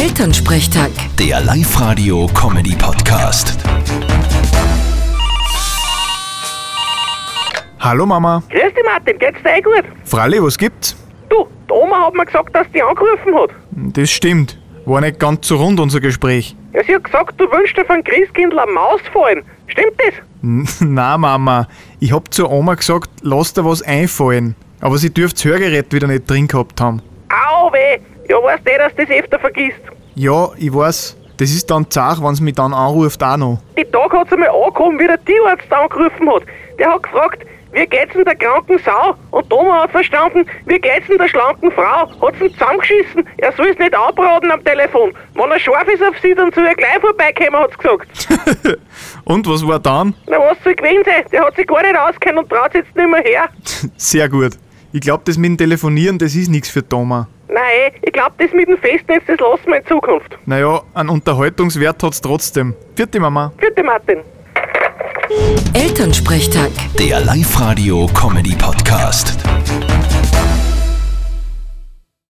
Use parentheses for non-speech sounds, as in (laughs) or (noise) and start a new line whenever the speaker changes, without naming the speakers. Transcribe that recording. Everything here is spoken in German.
Elternsprechtag.
Der Live-Radio-Comedy-Podcast.
Hallo Mama.
Grüß dich, Martin, geht's dir eh gut?
Fralli, was gibt's?
Du, die Oma hat mir gesagt, dass die angerufen hat.
Das stimmt. War nicht ganz so rund unser Gespräch. (laughs)
Ja, sie hat gesagt, du wünschst dir von Christkindl eine Maus fallen. Stimmt das?
N- Na Mama, ich hab zur Oma gesagt, lass dir was einfallen. Aber sie dürft's Hörgerät wieder nicht drin gehabt haben.
Au weh! Ja, weißt eh, dass du das öfter vergisst.
Ja, ich weiß. Das ist dann zart, wenn's mich dann anruft auch noch.
Die Tag hat's einmal angekommen, wie der Tierarzt angerufen hat. Der hat gefragt, wie geht's denn der kranken Sau? Und die Oma hat verstanden, wie geht's denn der schlanken Frau? Hat's ihn zusammengeschissen, er soll's nicht anbraten am Telefon. Wenn er scharf ist auf sie, dann soll er gleich vorbeikommen, hat's gesagt.
Und was war dann?
Na, was soll gewesen sein? Der hat sich gar nicht auskennen und traut jetzt nicht mehr her.
Sehr gut. Ich glaub, das mit dem Telefonieren, das ist nichts für die Oma.
Nein, ich glaube, das mit dem Festnetz, das lassen wir in Zukunft.
Naja, einen Unterhaltungswert hat's trotzdem. Vierte Mama.
Vierte Martin.
Elternsprechtag.
Der Live-Radio-Comedy-Podcast.